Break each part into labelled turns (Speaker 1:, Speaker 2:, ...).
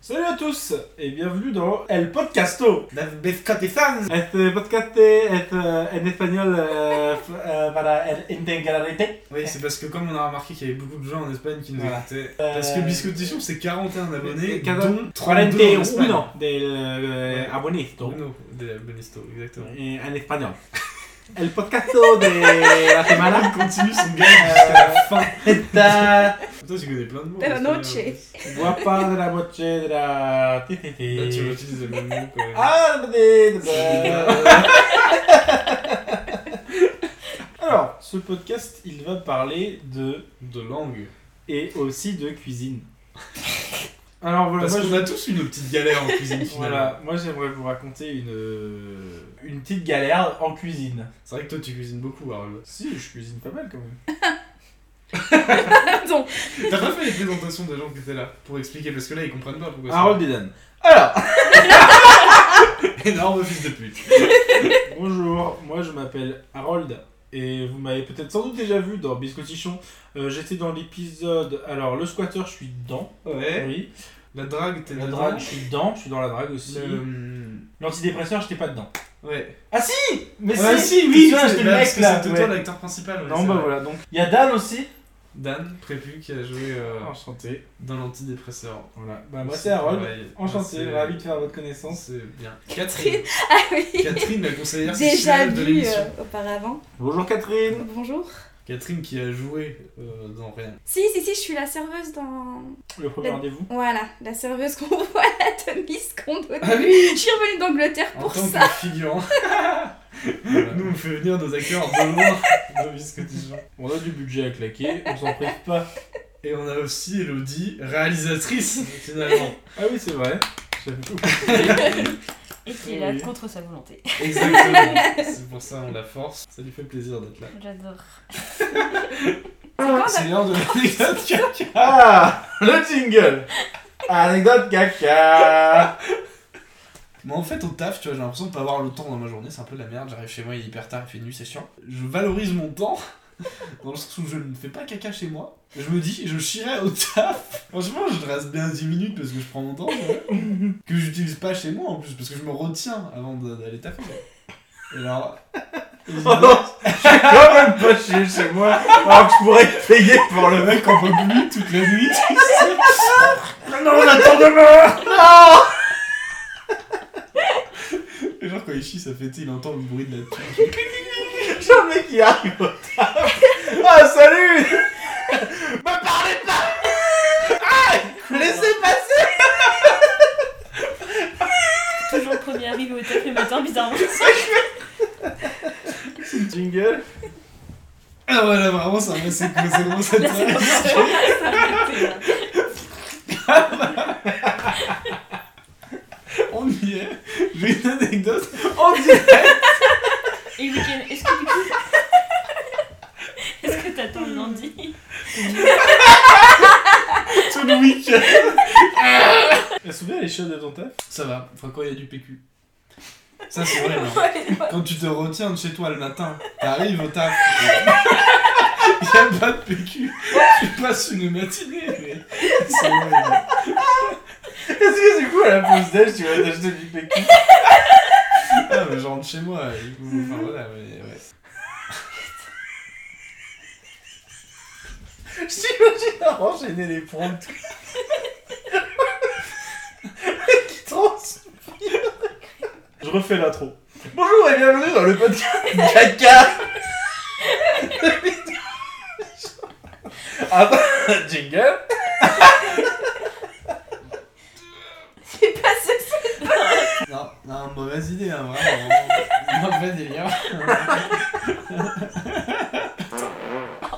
Speaker 1: Salut à tous et bienvenue dans El Podcasto.
Speaker 2: Befcatesan
Speaker 1: Este podcast est euh, en espagnol euh, f- euh, para el integralité.
Speaker 2: Oui, c'est parce que comme on a remarqué qu'il y avait beaucoup de gens en Espagne qui nous
Speaker 1: Voilà.
Speaker 2: écoutaient.
Speaker 1: Euh,
Speaker 2: Parce que Biscotichon, c'est 41 abonnés,
Speaker 1: Cada-
Speaker 2: dont 32 en Espagne.
Speaker 1: 41 del euh,
Speaker 2: Ouais.
Speaker 1: abonisto
Speaker 2: Non, de Benisto, exactement.
Speaker 1: Et en espagnol. El Podcasto de la semana
Speaker 2: Il continue son gag
Speaker 1: Euh,
Speaker 2: jusqu'à la fin.
Speaker 1: está
Speaker 2: Toi, tu connais plein de mots.
Speaker 3: De la
Speaker 2: parce que,
Speaker 3: noche.
Speaker 2: euh,
Speaker 1: guapa de la noche de la... ti, ti, ti.
Speaker 2: Là, tu réutilises le même mot, quoi.
Speaker 1: Ah, des- Alors, ce podcast, il va parler de
Speaker 2: De langue.
Speaker 1: et aussi de cuisine. Alors voilà,
Speaker 2: Parce
Speaker 1: moi,
Speaker 2: qu'on
Speaker 1: je-
Speaker 2: a tous une petite galère en cuisine, finalement.
Speaker 1: voilà, moi j'aimerais vous raconter une euh, une petite galère en cuisine.
Speaker 2: C'est vrai que toi, tu cuisines beaucoup, Harold.
Speaker 1: Si, je cuisine pas mal quand même.
Speaker 2: T'as pas fait les présentations des gens qui étaient là pour expliquer, parce que là, ils comprennent pas pourquoi
Speaker 1: Harold Eden. Alors,
Speaker 2: c'est un énorme fils de pute.
Speaker 1: bonjour, moi je m'appelle Harold et vous m'avez peut-être sans doute déjà vu dans Biscotichon. Euh, J'étais dans l'épisode, alors le squatter, je suis dedans.
Speaker 2: Ouais.
Speaker 1: Oui.
Speaker 2: La drague, t'es
Speaker 1: La
Speaker 2: dedans.
Speaker 1: drague, je suis dedans, je suis dans la drague aussi.
Speaker 2: Le-
Speaker 1: L'antidépresseur, j'étais pas dedans.
Speaker 2: Ouais.
Speaker 1: Ah si Mais
Speaker 2: Ouais,
Speaker 1: si,
Speaker 2: si,
Speaker 1: oui,
Speaker 2: tu vois,
Speaker 1: j'étais le
Speaker 2: bah,
Speaker 1: mec
Speaker 2: parce que
Speaker 1: là.
Speaker 2: C'était
Speaker 1: ouais.
Speaker 2: toi l'acteur principal. ouais,
Speaker 1: Non,
Speaker 2: c'est
Speaker 1: bah
Speaker 2: vrai.
Speaker 1: voilà, donc il y a Dan aussi.
Speaker 2: Dan Prépu qui a joué euh,
Speaker 1: Enchanté.
Speaker 2: dans l'antidépresseur.
Speaker 1: Voilà, bah moi
Speaker 2: Aussi,
Speaker 1: c'est Harold.
Speaker 2: pareil.
Speaker 1: Enchanté,
Speaker 2: C'est-
Speaker 1: ravi de faire votre connaissance.
Speaker 2: C'est bien. Catherine,
Speaker 3: Catherine. Ah oui.
Speaker 2: Catherine, la conseillère
Speaker 3: Déjà
Speaker 2: fiscale de
Speaker 3: vu
Speaker 2: l'émission.
Speaker 3: euh, auparavant.
Speaker 1: Bonjour Catherine
Speaker 3: Bonjour.
Speaker 2: Catherine qui a joué euh, dans rien.
Speaker 3: Si, si, si, je suis la serveuse dans.
Speaker 1: Le premier
Speaker 2: Ben-
Speaker 3: Le-
Speaker 1: rendez-vous.
Speaker 3: Voilà, la serveuse qu'on voit à la Miss qu'on donne.
Speaker 2: Ah oui
Speaker 3: Je suis revenue d'Angleterre
Speaker 2: En
Speaker 3: pour
Speaker 2: tant
Speaker 3: ça.
Speaker 2: que figurant.
Speaker 1: Voilà.
Speaker 2: Nous on fait venir nos acteurs de loin de Biscotichon.
Speaker 1: On a du budget à claquer, on s'en prive pas.
Speaker 2: Et on a aussi Elodie, réalisatrice finalement.
Speaker 1: Ah oui, c'est vrai. J'avoue.
Speaker 4: Et qui
Speaker 2: Ah
Speaker 4: est là
Speaker 1: Oui.
Speaker 4: contre sa volonté.
Speaker 2: Exactement. C'est pour ça on la force. Ça lui fait plaisir d'être là.
Speaker 4: J'adore.
Speaker 3: Quand
Speaker 2: C'est l'heure de l'anecdote caca.
Speaker 1: Ah Le jingle Anecdote caca
Speaker 2: Moi en fait au taf, tu vois, j'ai l'impression de pas avoir le temps dans ma journée, c'est un peu de la merde, j'arrive chez moi, il est hyper tard, il fait nuit, c'est chiant. Je valorise mon temps, dans le sens où je ne fais pas caca chez moi. Je me dis, je chierai au taf. Franchement, je reste bien 10 minutes parce que je prends mon temps, tu vois. que j'utilise pas chez moi en plus, parce que je me retiens avant de- d'aller taffer. Et alors...
Speaker 1: Oh non, Je suis quand même pas chez, chez moi, alors que je pourrais payer pour le
Speaker 2: Le mec en peut plus toute la nuit, tu sais.
Speaker 1: Non, j'attends demain Non
Speaker 2: Et genre quand il chie, ça fait, tu sais, il entend le bruit de la tuile.
Speaker 1: J'ai un mec qui arrive au taf. Ah, salut Me parlez pas Ah Laissez passer
Speaker 4: Toujours le premier arrivé au taf le matin, bizarrement.
Speaker 1: Jingle
Speaker 2: Ah ouais, là vraiment, ça m'a c'est c'est vraiment cette
Speaker 4: Là, c'est
Speaker 2: phrase.
Speaker 4: bon. Ça va, c'est là.
Speaker 2: On y est. J'ai une anecdote.
Speaker 1: On dit
Speaker 4: Et le week-end, est-ce que du coup. Est-ce que t'attends le lundi
Speaker 2: Tout le week-end.
Speaker 1: Elle se souvient les chiottes de ton taf
Speaker 2: Ça va, enfin quand il y a du PQ. Ça c'est vrai, non Oh,
Speaker 4: Ouais,
Speaker 2: Quand tu te retiens de chez toi le matin, t'arrives au taf. Il y a pas de PQ. Tu passes une matinée, mais c'est vrai.
Speaker 1: Est-ce que du coup, à la pause d'âge, tu vas t'acheter du PQ
Speaker 2: Ah, mais je rentre chez moi, du coup, enfin voilà, mais ouais.
Speaker 1: J'imagine à enchaîner les prompts. qui transpire Je refais l'intro. Bonjour et bienvenue dans le podcast Caca Ah bah, jingle
Speaker 3: C'est pas ce
Speaker 2: Non, non, mauvaise idée, hein, vraiment. Mauvais délire.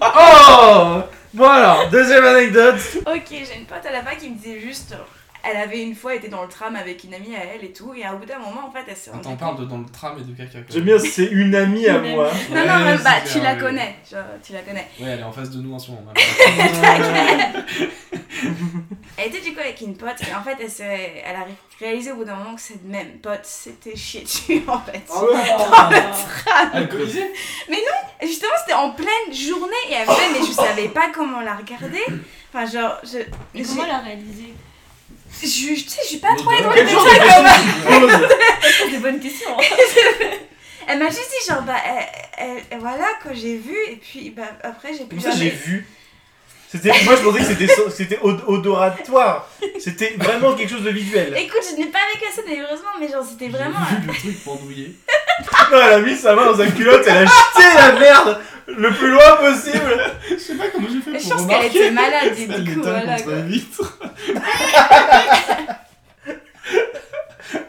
Speaker 1: Oh Bon alors, deuxième anecdote.
Speaker 3: Ok, j'ai une pote à la fac qui me disait juste. genre, Elle avait une fois été dans le tram avec une amie à elle et tout, et à un bout d'un moment en fait elle s'est rendue
Speaker 2: Attends, parle de dans le tram et de caca. quoi.
Speaker 1: J'aime bien, c'est une amie à
Speaker 4: Une
Speaker 1: moi.
Speaker 3: Non,
Speaker 2: Ouais,
Speaker 3: non, même
Speaker 2: c'est
Speaker 3: pas,
Speaker 2: clair,
Speaker 3: tu la
Speaker 2: hein, oui.
Speaker 3: connais. Genre, tu la connais.
Speaker 2: Ouais, elle est en face de nous en ce moment.
Speaker 3: Elle était du coup avec une pote, et en fait elle, s'est- elle a réalisé au bout d'un moment que cette même pote s'était chiée dessus en fait.
Speaker 2: Ah Alcoolisée
Speaker 3: Justement, c'était en pleine journée et elle venait, mais je savais pas comment la regarder. Enfin, genre, je.
Speaker 4: Et
Speaker 3: j'ai-
Speaker 4: comment elle a réalisé
Speaker 3: Je, je- tu sais, je suis pas trop
Speaker 2: L'odeur.
Speaker 1: Quel
Speaker 3: éloignée de
Speaker 1: genre
Speaker 3: ça, quand
Speaker 1: de
Speaker 3: même.
Speaker 1: question tu poses
Speaker 4: C'est des bonnes questions.
Speaker 3: Elle m'a juste dit, genre, bah, elle, elle- elle- voilà, quand j'ai vu, et puis, bah, après, j'ai plus
Speaker 1: Comment ça j'ai
Speaker 3: jamais...
Speaker 1: vu C'était moi je pensais que c'était so- c'était od- odoratoire. C'était vraiment quelque chose de visuel.
Speaker 3: Écoute, je n'ai pas vécu à ça, malheureusement, mais genre, c'était vraiment... euh,
Speaker 2: J'ai vu le truc pendouillé.
Speaker 1: Non, elle a mis sa main dans sa culotte, elle a jeté la merde le plus loin possible.
Speaker 2: Je sais pas comment j'ai fait
Speaker 3: Je
Speaker 2: pour
Speaker 3: pense qu'elle
Speaker 2: remarquer.
Speaker 3: était malade, et
Speaker 2: Elle
Speaker 3: du coup,
Speaker 2: l'étale
Speaker 3: voilà,
Speaker 2: contre
Speaker 3: quoi.
Speaker 2: la vitre.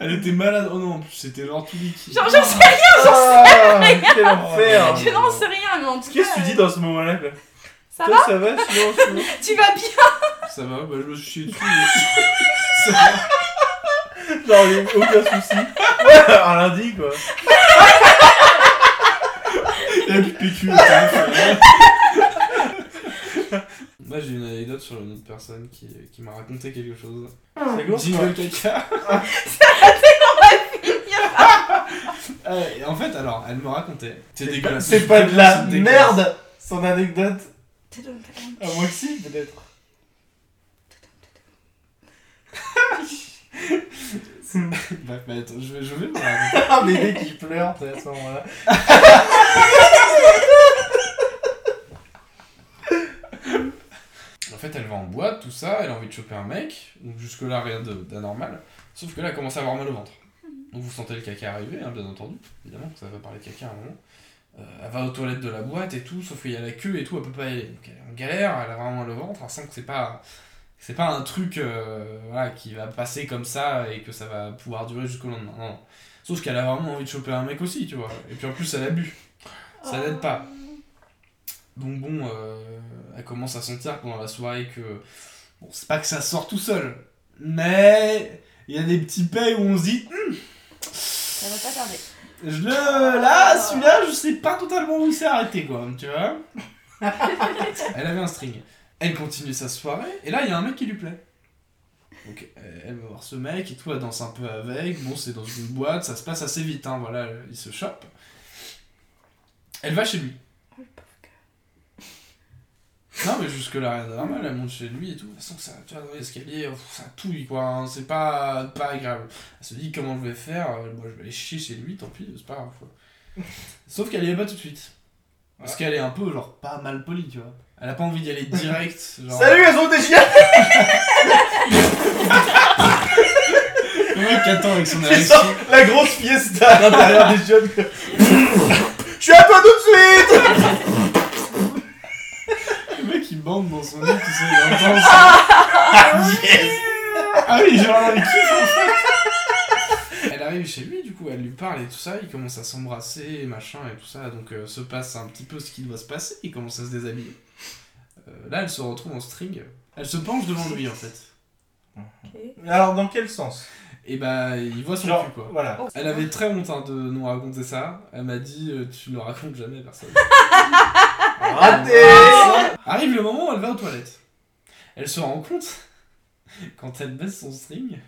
Speaker 2: Elle était malade. Oh non, en plus, c'était genre tout liquide.
Speaker 3: Genre, j'en sais
Speaker 1: Ah, quel
Speaker 2: Ah,
Speaker 1: enfer.
Speaker 3: Je n'en sais rien, mais en tout cas...
Speaker 1: Qu'est-ce que tu dis dans ce moment-là quoi
Speaker 3: Ça
Speaker 1: Toi,
Speaker 3: va
Speaker 1: ça va, sinon, sinon.
Speaker 3: Tu vas bien
Speaker 2: Ça va, bah je me suis chié dessus. mais- Ça va.
Speaker 1: Genre, il y a aucun souci. Ouais, un lundi quoi.
Speaker 2: Il y a plus de PQ. attends. Moi j'ai une anecdote sur une autre personne qui, qui m'a raconté quelque chose.
Speaker 1: Ça commence par-
Speaker 2: Jingle caca. Euh, et en fait, alors, elle me racontait. C'est dégueulasse.
Speaker 1: C'est pas de la
Speaker 2: C'est dégueulasse.
Speaker 1: merde son anecdote. À Ah, moi aussi peut-être.
Speaker 2: Bah, bah, attends, je vais, je vais vous la raconter.
Speaker 1: Ah, bébé qui pleure t'es à ce moment-là.
Speaker 2: En fait, elle va en boîte, tout ça, elle a envie de choper un mec, donc jusque-là rien de- d'anormal, sauf que là, elle commence à avoir mal au ventre. Donc vous sentez le caca arriver, hein, bien entendu, évidemment, parce que ça va parler de caca à un moment. Euh, elle va aux toilettes de la boîte et tout, sauf qu'il y a la queue et tout, elle peut pas y aller. Donc elle est en galère, elle a vraiment mal au ventre, elle sent que c'est pas... C'est pas un truc euh, voilà, qui va passer comme ça et que ça va pouvoir durer jusqu'au lendemain. non, non. Sauf qu'elle a vraiment envie de choper un mec aussi, tu vois. Et puis en plus, elle a bu. Ça n'aide pas. Donc bon, euh, elle commence à sentir pendant la soirée que... Bon, c'est pas que ça sort tout seul, mais il y a des petits pays où on se dit,
Speaker 4: Ça va pas tarder.
Speaker 2: je le... Là, celui-là, je sais pas totalement où il s'est arrêté, quoi, tu vois. elle avait un string. Elle continue sa soirée, et là, il y a un mec qui lui plaît. Donc, euh, elle va voir ce mec et tout, elle danse un peu avec. Bon, c'est dans une boîte, ça se passe assez vite, hein, voilà, il se chope. Elle va chez lui. Non, mais jusque-là, rien d'anormal, elle monte chez lui et tout. De toute façon, ça, tu vois, dans l'escalier, pff, ça touille, quoi, hein, c'est pas, pas agréable. Elle se dit comment je vais faire, euh, moi je vais aller chier chez lui, tant pis, c'est pas grave. quoi. Sauf qu'elle y est pas tout de suite. Parce qu'elle est un peu, genre, pas mal polie, tu vois. Elle a pas envie d'y aller direct. Genre...
Speaker 1: Salut, elles ont des chiens
Speaker 2: Le mec attend euh, avec son
Speaker 1: qui
Speaker 2: érection.
Speaker 1: sortent la grosse fiesta à l'intérieur des jeunes. Je suis à toi tout de suite
Speaker 2: Le mec il bande dans son lit, tu sais, il entend ça. Ah oui, genre le kiff en fait. Elle arrive chez lui, du coup, elle lui parle et tout ça, il commence à s'embrasser, machin et tout ça, donc euh, se passe un petit peu ce qui doit se passer, il commence à se déshabiller. Euh, là, elle se retrouve en string, elle se penche devant lui en fait.
Speaker 1: Alors, dans quel sens
Speaker 2: Et bah, il voit son
Speaker 1: Genre,
Speaker 2: cul quoi.
Speaker 1: voilà.
Speaker 2: Elle avait très honte hein, de nous raconter ça, elle m'a dit euh, Tu ne le racontes jamais à personne.
Speaker 1: Ah, Raté
Speaker 2: Arrive le moment où elle va aux toilettes. Elle se rend compte, quand elle baisse son string,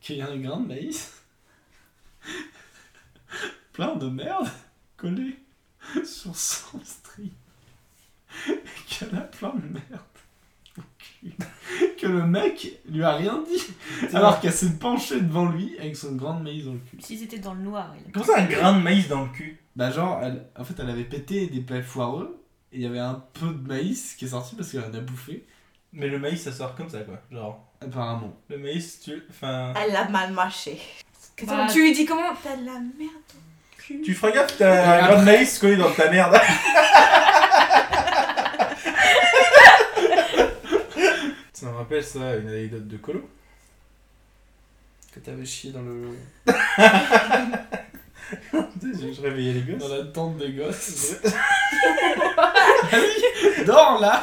Speaker 2: qu'il y a un grain de maïs plein de merde collé sur son string. Et Qu'elle a plein de merde. au cul. Que le mec lui a rien dit alors qu'elle s'est penchée devant lui avec son grain de maïs dans le cul.
Speaker 4: S'ils étaient dans le noir, il
Speaker 1: Comment ça, un grain de maïs dans le cul
Speaker 2: Bah genre, elle, en fait, elle avait pété des plats foireux et il y avait un peu de maïs qui est sorti parce qu'elle en a bouffé,
Speaker 1: Mais le maïs, ça sort comme ça, quoi. Genre,
Speaker 2: apparemment.
Speaker 1: le maïs, tu... Enfin...
Speaker 3: Elle a mal marché.
Speaker 4: Bah,
Speaker 3: Donc, tu lui dis comment T'as de la merde au cul.
Speaker 1: Tu feras gaffe, t'as un grain de maïs collé dans ta merde. Ça me rappelle, ça, une anecdote de Colo.
Speaker 2: Que t'avais chié dans le
Speaker 1: Je réveillais les
Speaker 2: dans
Speaker 1: gosses.
Speaker 2: la tente des gosses. ah oui, dors là.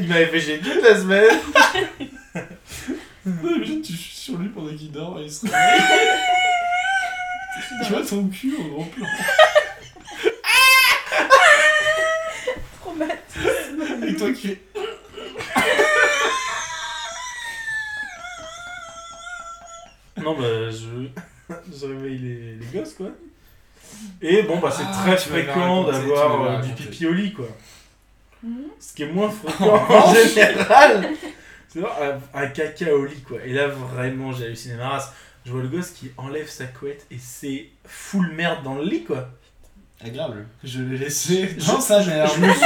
Speaker 1: Il m'avait fait chier toute la semaine.
Speaker 2: Imagine tu chies sur lui pendant qu'il dort et il se réveille. tu vois ton cul en gros plan
Speaker 3: Trop mal.
Speaker 2: et toi qui fais.
Speaker 1: Non, bah, je, je réveille les, les gosses, quoi. Et bon, bah, c'est
Speaker 2: Ah,
Speaker 1: très
Speaker 2: tu m'avais
Speaker 1: fréquent
Speaker 2: raconté, tu
Speaker 1: d'avoir
Speaker 2: m'avais
Speaker 1: euh, du
Speaker 2: raconté.
Speaker 1: pipi au lit, quoi.
Speaker 3: Mhm.
Speaker 1: Ce qui est moins fréquent en général, C'est genre un, un caca au lit, quoi. Et là, vraiment, j'ai halluciné ma race. Je vois le gosse qui enlève sa couette et c'est full merde dans le lit, quoi.
Speaker 2: Agréable. Je l'ai laissé dans sa mère.
Speaker 1: Je me suis,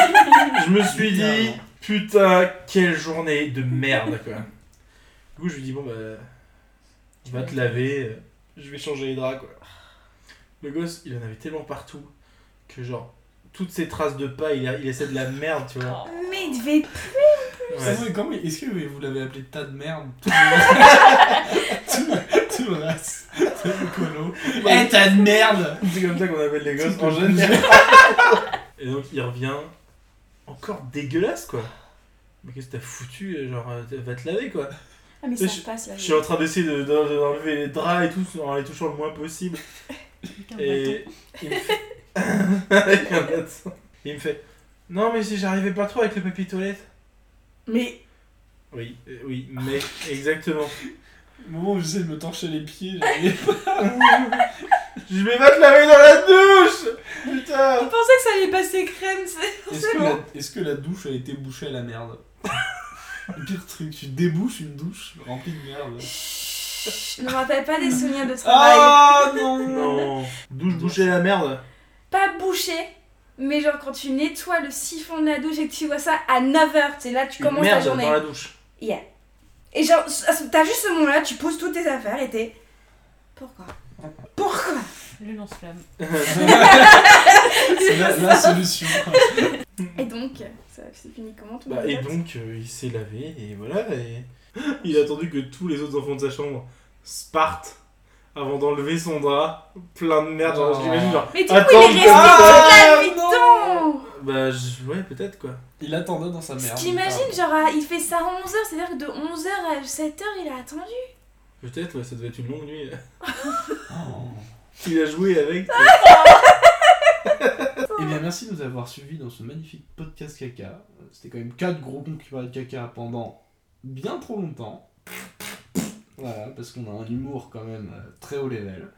Speaker 1: je me suis dit,
Speaker 2: Littéralement.
Speaker 1: putain, quelle journée de merde, quoi. Du coup, je lui dis, bon, bah, je vais te laver, euh, je vais changer les draps, quoi. Le gosse, il en avait tellement partout que, genre, toutes ses traces de pas, il, a- il essaie de la merde, tu vois.
Speaker 3: Mais il devait
Speaker 1: Ouais.
Speaker 2: Comment- comment- Est-ce que vous l'avez appelé tas de merde tout, tout, tout le reste, tout le colo. Eh, tas de merde
Speaker 1: C'est comme ça qu'on appelle les gosses en jeune. Et donc il revient encore dégueulasse quoi. Mais qu'est-ce que t'as foutu euh, Genre, euh, t'as- va te laver quoi.
Speaker 3: Ah, mais
Speaker 1: Je-
Speaker 3: ça passe là.
Speaker 1: Je suis en train d'essayer de- de- de- d'enlever les draps et tout en les touchant le moins possible.
Speaker 4: Putain, bâton.
Speaker 1: Et il me fait. Avec un bâton. Il me fait. Non, mais si j'arrivais pas trop avec le papier toilette.
Speaker 3: Mais
Speaker 1: Oui, euh, oui, mais exactement.
Speaker 2: Au moment où j'essaie de me torcher les pieds, j'arrive.
Speaker 1: Je vais pas te laver dans la douche Putain
Speaker 3: on pensait que ça allait passer crème, c'est
Speaker 2: Est-ce que, la- est-ce que la douche a été bouchée à la merde Le pire truc, tu débouches une douche remplie de merde.
Speaker 3: Chut, ne me rappelle pas des souvenirs de travail.
Speaker 2: Ah non
Speaker 1: Non Douche bouchée à la merde
Speaker 3: Pas bouché, mais genre quand tu nettoies le siphon de la douche et que tu vois ça à 9h, tu sais, là tu
Speaker 1: Une
Speaker 3: commences
Speaker 1: merde
Speaker 3: ta journée.
Speaker 1: dans la douche.
Speaker 3: Et genre, à ce- t'as juste ce moment-là, tu poses toutes tes affaires et t'es. Pourquoi Pourquoi
Speaker 4: Le lance-flamme.
Speaker 2: C'est la, la solution.
Speaker 3: Et donc, ça c'est fini comment tout le
Speaker 1: Bah,
Speaker 3: monde
Speaker 1: et
Speaker 3: vote
Speaker 1: donc, euh, il s'est lavé, et voilà. Et... Il a attendu que tous les autres enfants de sa chambre se partent avant d'enlever son drap, plein de merde. Genre,
Speaker 2: Oh.
Speaker 1: j'imagine, genre.
Speaker 3: Mais du coup,
Speaker 1: Attends,
Speaker 3: il est resté
Speaker 1: ah,
Speaker 3: toute la nuit
Speaker 1: non.
Speaker 3: dedans
Speaker 1: Bah, je- ouais, peut-être quoi.
Speaker 2: Il attendait dans sa merde.
Speaker 3: Ce T'imagines, genre, à- il fait ça à 11h, c'est-à-dire que de 11h à 7h, il a attendu.
Speaker 1: Peut-être, ouais, ça devait être une longue nuit.
Speaker 2: Oh.
Speaker 1: il a joué avec.
Speaker 2: Eh bien, merci de nous avoir suivis dans ce magnifique podcast caca. C'était quand même quatre gros cons qui parlaient de caca pendant bien trop longtemps. Voilà, parce qu'on a un humour quand même euh, très haut level.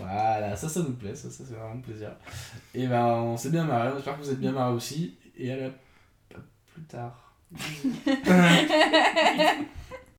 Speaker 2: Voilà, ça, ça nous plaît, ça, ça c'est vraiment plaisir. Et ben, on s'est bien marré, on espère que vous êtes bien marrés aussi. Et à la... à plus tard.
Speaker 1: euh,